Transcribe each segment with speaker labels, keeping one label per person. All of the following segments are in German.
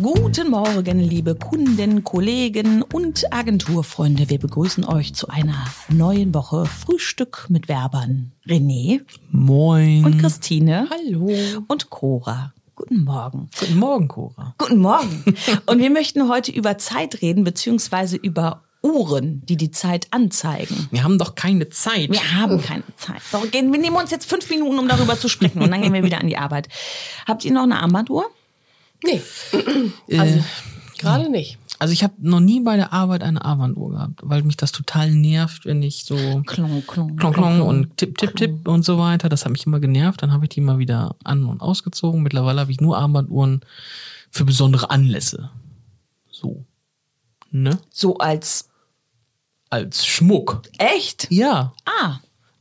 Speaker 1: Guten Morgen, liebe Kunden, Kollegen und Agenturfreunde. Wir begrüßen euch zu einer neuen Woche Frühstück mit Werbern. René
Speaker 2: Moin.
Speaker 1: und Christine
Speaker 2: Mhm. Hallo.
Speaker 1: und Cora. Guten Morgen.
Speaker 2: Guten Morgen, Cora.
Speaker 1: Guten Morgen. Und wir möchten heute über Zeit reden, beziehungsweise über Uhren, die die Zeit anzeigen.
Speaker 2: Wir haben doch keine Zeit.
Speaker 1: Wir haben keine Zeit. Doch, gehen, wir nehmen uns jetzt fünf Minuten, um darüber zu sprechen und dann gehen wir wieder an die Arbeit. Habt ihr noch eine Armbanduhr?
Speaker 3: Nee, Also,
Speaker 2: Äh,
Speaker 3: gerade nicht.
Speaker 2: also ich habe noch nie bei der Arbeit eine Armbanduhr gehabt, weil mich das total nervt, wenn ich so
Speaker 1: Klong, klong,
Speaker 2: klong klong und tipp tipp tipp und so weiter. Das hat mich immer genervt. Dann habe ich die mal wieder an und ausgezogen. Mittlerweile habe ich nur Armbanduhren für besondere Anlässe. So, ne?
Speaker 1: So als
Speaker 2: Als Schmuck.
Speaker 1: echt?
Speaker 2: Ja.
Speaker 1: Ah,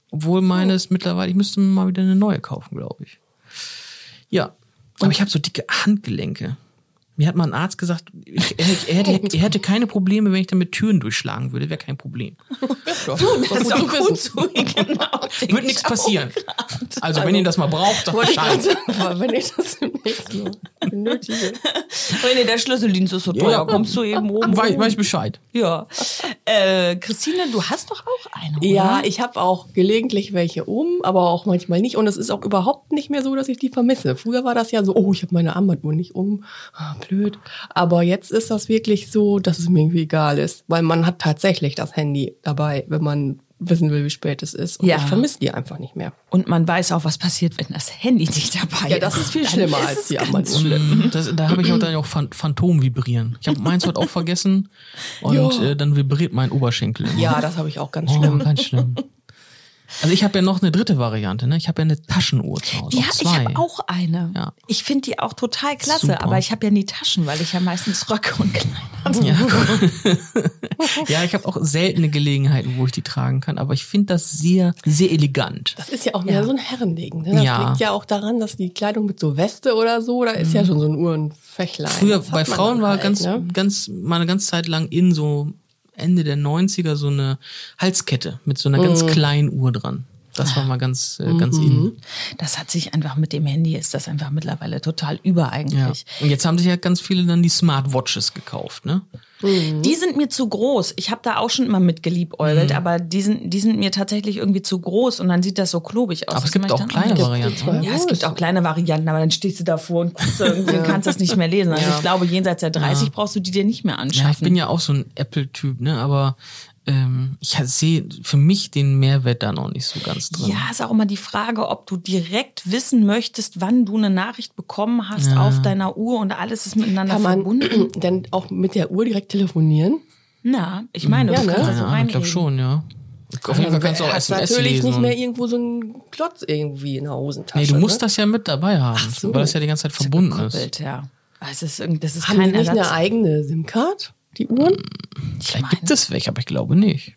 Speaker 2: Obwohl meine ist mittlerweile, ich müsste mir mal wieder eine neue kaufen, glaube ich. Ja. Aber ich habe so dicke Handgelenke. Mir hat mal ein Arzt gesagt, ich, er, er, hätte, er hätte keine Probleme, wenn ich damit Türen durchschlagen würde. Wäre kein Problem.
Speaker 3: Du,
Speaker 1: das ist auch gut zu genau.
Speaker 2: Wird nichts passieren. Also, wenn ihr das mal braucht, sagt
Speaker 3: Wollte ich
Speaker 2: Bescheid.
Speaker 3: also, wenn ich das im nächsten Mal benötige.
Speaker 1: René, der Schlüsseldienst ist so teuer.
Speaker 2: Ja.
Speaker 1: Kommst du eben oben?
Speaker 2: Weiß, weiß Bescheid.
Speaker 1: Ja. Äh, Christine, du hast doch auch eine, oder?
Speaker 3: Ja, ich habe auch gelegentlich welche um, aber auch manchmal nicht. Und es ist auch überhaupt nicht mehr so, dass ich die vermisse. Früher war das ja so, oh, ich habe meine Armbanduhr nicht um, ah, blöd. Aber jetzt ist das wirklich so, dass es mir irgendwie egal ist, weil man hat tatsächlich das Handy dabei, wenn man wissen will, wie spät es ist. Und
Speaker 1: Ja.
Speaker 3: ich vermisse die einfach nicht mehr.
Speaker 1: Und man weiß auch, was passiert, wenn das Handy nicht dabei ist.
Speaker 3: Ja, das ist viel
Speaker 1: Dann
Speaker 3: schlimmer
Speaker 1: ist
Speaker 3: als
Speaker 1: es
Speaker 3: die
Speaker 1: ganz
Speaker 3: Armbanduhr.
Speaker 2: Mm, Das, da habe ich auch dann auch Phan- Phantom vibrieren. Ich habe meins heute auch vergessen. Und
Speaker 3: Ja.
Speaker 2: äh, dann vibriert mein Oberschenkel. Immer.
Speaker 3: Ja, das habe ich auch ganz
Speaker 2: Oh,
Speaker 3: schlimm.
Speaker 2: ganz schlimm. Also ich habe ja noch eine dritte Variante, ne? Ich habe ja eine Taschenuhr zu Hause.
Speaker 1: Ja,
Speaker 2: auch
Speaker 1: ich
Speaker 2: zwei.
Speaker 1: habe auch eine.
Speaker 2: Ja.
Speaker 1: Ich finde die auch total klasse,
Speaker 2: Super.
Speaker 1: aber ich habe ja nie Taschen, weil ich ja meistens Röcke und Kleider.
Speaker 2: Ja, ja ich habe auch seltene Gelegenheiten, wo ich die tragen kann, aber ich finde das sehr, sehr elegant.
Speaker 3: Das ist ja auch mehr
Speaker 1: Ja.
Speaker 3: so ein Herrending. Ne? Das
Speaker 2: Ja. Mhm.
Speaker 3: liegt ja auch daran, dass die Kleidung mit so Weste oder so, da ist ja schon so ein Uhrenfächlein.
Speaker 2: Früher
Speaker 3: Das hat
Speaker 2: bei
Speaker 3: man
Speaker 2: Frauen
Speaker 3: dann
Speaker 2: war
Speaker 3: halt,
Speaker 2: ganz,
Speaker 3: ne?
Speaker 2: ganz, mal eine ganze Zeit lang in so Ende der 90er so eine Halskette mit so einer
Speaker 3: Mhm.
Speaker 2: ganz kleinen Uhr dran. Das war mal ganz, äh, ganz in.
Speaker 1: Das hat sich einfach mit dem Handy, ist das einfach mittlerweile total über
Speaker 2: Ja.
Speaker 1: eigentlich.
Speaker 2: Und jetzt haben sich ja ganz viele dann die Smartwatches gekauft, ne?
Speaker 1: Die sind mir zu groß. Ich habe da auch schon immer mit
Speaker 2: Mhm.
Speaker 1: geliebäugelt, aber die sind, die sind mir tatsächlich irgendwie zu groß und dann sieht das so klobig aus.
Speaker 2: Aber es
Speaker 1: Das
Speaker 2: gibt
Speaker 1: mach ich
Speaker 2: auch
Speaker 1: dann
Speaker 2: kleine
Speaker 1: nicht.
Speaker 2: Varianten.
Speaker 3: zwei.
Speaker 2: oder?
Speaker 1: Ja, es gibt auch kleine Varianten, aber dann stehst du davor und guckst irgendwie und kannst das nicht mehr lesen. Also
Speaker 2: Ja.
Speaker 1: ich glaube, jenseits der 30 brauchst du die dir nicht mehr anschaffen.
Speaker 2: Ja, ich bin ja auch so ein Apple-Typ, ne? Aber ähm, ich sehe für mich den Mehrwert da noch nicht so ganz drin.
Speaker 1: Ja, ist auch immer die Frage, ob du direkt wissen möchtest, wann du eine Nachricht bekommen hast auf deiner Uhr und alles ist miteinander
Speaker 3: Kann man
Speaker 1: verbunden.
Speaker 3: dann auch mit der Uhr direkt telefonieren?
Speaker 1: Na, ich meine,
Speaker 3: Ja,
Speaker 1: du
Speaker 3: ne?
Speaker 1: kannst
Speaker 3: Keine
Speaker 1: das so
Speaker 2: Ja, ich
Speaker 1: reinlegen.
Speaker 2: glaube schon, ja. Auf jeden Fall kannst du auch
Speaker 3: Hast
Speaker 2: SMS
Speaker 3: Also natürlich
Speaker 2: lesen.
Speaker 3: nicht mehr
Speaker 2: und-
Speaker 3: irgendwo so einen Klotz irgendwie in der Hosentasche.
Speaker 2: Nee, du musst
Speaker 3: ne?
Speaker 2: das ja mit dabei haben,
Speaker 3: Ach so.
Speaker 2: weil das ja die ganze Zeit verbunden ist.
Speaker 1: Koppelt, ja. Also es ist, irgendwie- das ist
Speaker 3: Haben
Speaker 1: kein
Speaker 3: die nicht eine
Speaker 1: Ersatz.
Speaker 3: eigene SIM-Card, die Uhren?
Speaker 2: Mhm,
Speaker 1: Ich
Speaker 2: Vielleicht
Speaker 1: meine,
Speaker 2: gibt es welche, aber ich glaube nicht.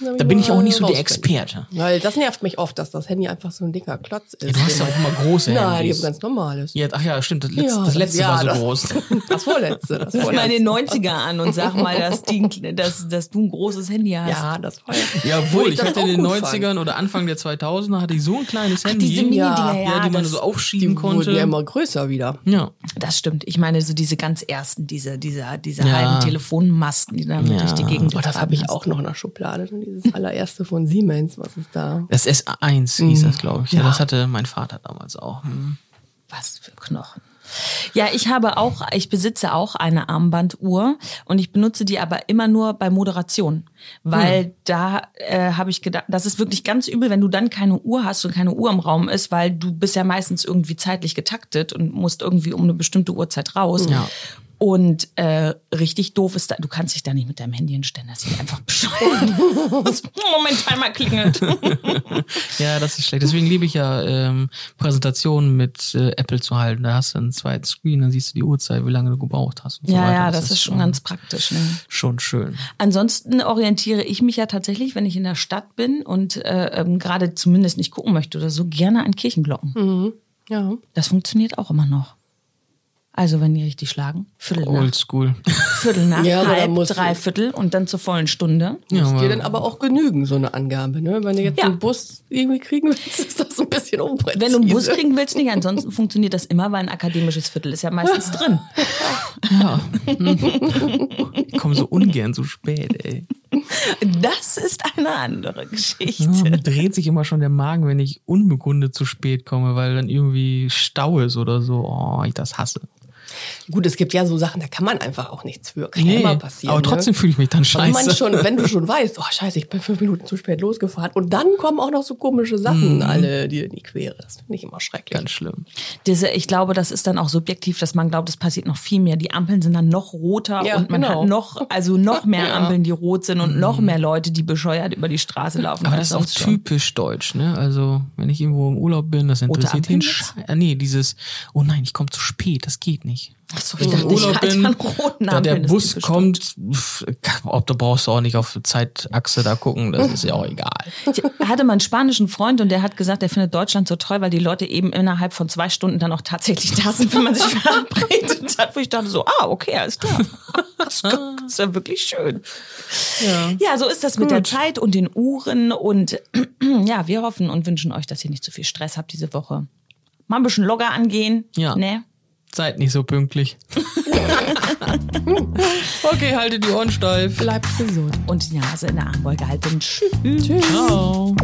Speaker 3: Da
Speaker 2: Da bin ich auch nicht so der Experte.
Speaker 3: Weil das nervt mich oft, dass das Handy einfach so ein dicker Klotz ist.
Speaker 2: Ja, du hast ja auch immer große
Speaker 3: Nein, ich
Speaker 2: Handys.
Speaker 3: habe ganz normales.
Speaker 2: ja, ach ja, stimmt, das letzte,
Speaker 3: Ja,
Speaker 2: das letzte
Speaker 3: ja,
Speaker 2: war so
Speaker 3: das-
Speaker 2: groß.
Speaker 3: Das vorletzte. Das
Speaker 1: ruf mal in
Speaker 3: vorletzte.
Speaker 1: den 90er an und sag mal, dass, die, ein- dass, dass du ein großes Handy hast.
Speaker 3: Ja, das vorletzte.
Speaker 2: Ja, obwohl, ich
Speaker 3: das
Speaker 2: hatte
Speaker 3: auch
Speaker 2: in den
Speaker 3: gut fand.
Speaker 2: 90ern oder Anfang der 2000er hatte ich so ein kleines Handy,
Speaker 1: diese Mini-Dinger, ja,
Speaker 2: die man
Speaker 1: das-
Speaker 2: so
Speaker 3: Die
Speaker 2: aufschieben konnte.
Speaker 3: wurden ja immer größer wieder.
Speaker 2: ja.
Speaker 1: Das stimmt. Ich meine, so diese ganz ersten, diese, diese, diese
Speaker 2: Ja.
Speaker 1: halben Telefonmasten, die dann
Speaker 2: Ja.
Speaker 1: durch die Gegend
Speaker 3: Oh, das habe ich auch noch in der Schublade. schon Dieses allererste von Siemens, was ist da?
Speaker 2: Das S1 hieß
Speaker 1: Mhm.
Speaker 2: das, glaube ich. Ja. Das hatte mein Vater damals auch. Hm.
Speaker 1: Was für Knochen. Ja, ich habe auch, ich besitze auch eine Armbanduhr und ich benutze die aber immer nur bei Moderation, weil da äh, habe ich gedacht, das ist wirklich ganz übel, wenn du dann keine Uhr hast und keine Uhr im Raum ist, weil du bist ja meistens irgendwie zeitlich getaktet und musst irgendwie um eine bestimmte Uhrzeit raus.
Speaker 2: Ja.
Speaker 1: Und äh, richtig doof ist, da, du kannst dich da nicht mit deinem Handy hinstellen, das ist einfach bescheuert. Das- Moment, Timer klingelt.
Speaker 2: Ja, das ist schlecht. Deswegen liebe ich ja ähm, Präsentationen mit äh, Apple zu halten. Da hast du einen zweiten Screen, dann siehst du die Uhrzeit, wie lange du gebraucht hast. Und so
Speaker 1: Ja,
Speaker 2: weiter.
Speaker 1: ja, das ist schon ganz praktisch. Ne?
Speaker 2: schon schön.
Speaker 1: Ansonsten orientiere ich mich ja tatsächlich, wenn ich in der Stadt bin und äh, ähm, gerade zumindest nicht
Speaker 3: Hm.
Speaker 1: gucken möchte oder so, gerne an Kirchenglocken.
Speaker 3: Ja.
Speaker 1: Das funktioniert auch immer noch. Also wenn die richtig schlagen, Viertel nach,
Speaker 2: Oldschool.
Speaker 1: Viertel nach,
Speaker 3: Ja, aber da
Speaker 1: halb,
Speaker 3: musst du-
Speaker 1: drei Viertel und dann zur vollen Stunde.
Speaker 2: Ja,
Speaker 3: Muss dir
Speaker 2: aber-
Speaker 3: dann aber auch genügen, so eine Angabe, ne? Wenn du jetzt
Speaker 1: Ja.
Speaker 3: einen Bus irgendwie kriegen willst, ist das ein bisschen unpräzise.
Speaker 1: Wenn du einen Bus kriegen willst, nicht. Ansonsten funktioniert das immer, weil ein akademisches Viertel ist ja meistens drin.
Speaker 2: Ja. Ich komme so ungern so spät, ey.
Speaker 1: Das ist eine andere
Speaker 2: Ja,
Speaker 1: Geschichte.
Speaker 2: mir dreht sich immer schon der Magen, wenn ich unbegründet zu spät komme, weil dann irgendwie Stau ist oder so. Oh, ich das hasse.
Speaker 3: Gut, es gibt ja so Sachen, da kann man einfach auch nichts für. Kann ja
Speaker 2: Nee,
Speaker 3: immer passieren.
Speaker 2: aber trotzdem
Speaker 3: ne?
Speaker 2: fühle ich mich dann
Speaker 3: Aber wenn, man
Speaker 2: scheiße.
Speaker 3: schon, wenn du schon weißt, oh scheiße, ich bin fünf Minuten zu spät losgefahren und dann kommen auch noch so komische Sachen
Speaker 2: Mhm.
Speaker 3: alle dir in die Quere. Das finde ich immer schrecklich.
Speaker 2: Ganz schlimm.
Speaker 1: Diese, ich glaube, das ist dann auch subjektiv, dass man glaubt, es passiert noch viel mehr. Die Ampeln sind dann noch roter
Speaker 3: Ja,
Speaker 1: und man
Speaker 3: genau.
Speaker 1: hat noch, also noch mehr
Speaker 3: Ja.
Speaker 1: Ampeln, die rot sind und noch mehr Leute, die bescheuert über die Straße laufen.
Speaker 2: Mhm. Aber
Speaker 1: als
Speaker 2: das ist auch
Speaker 1: sonst schon.
Speaker 2: typisch deutsch, ne? Also, wenn ich irgendwo im Urlaub bin, das interessiert
Speaker 1: Ampeln
Speaker 2: ihn.
Speaker 1: jetzt?
Speaker 2: Sche- Äh, nee, dieses, oh nein, ich komme zu spät, das geht nicht.
Speaker 1: Ach so, ich dachte, ich halte an roten
Speaker 2: da der
Speaker 1: Ampeln, das
Speaker 2: Bus
Speaker 1: ist
Speaker 2: kommt, pf, ob da brauchst du auch nicht auf die Zeitachse da gucken, das ist ja auch egal.
Speaker 1: Ich hatte mal einen spanischen Freund und der hat gesagt, er findet Deutschland so toll, weil die Leute eben innerhalb von zwei Stunden dann auch tatsächlich da sind, wenn man sich verabredet hat. Wo ich dachte so, ah, okay, alles klar. Das ist ja wirklich schön. Ja, so ist das mit der Zeit und den Uhren und ja, wir hoffen und wünschen euch, dass ihr nicht zu viel Stress habt diese Woche. Mal ein bisschen locker angehen.
Speaker 2: Ja.
Speaker 1: Ne?
Speaker 2: Seid nicht so pünktlich. okay, haltet die Ohren steif.
Speaker 3: Bleibt gesund.
Speaker 1: Und die Nase in der Armbeuge halten. Tschüss.
Speaker 2: Ciao.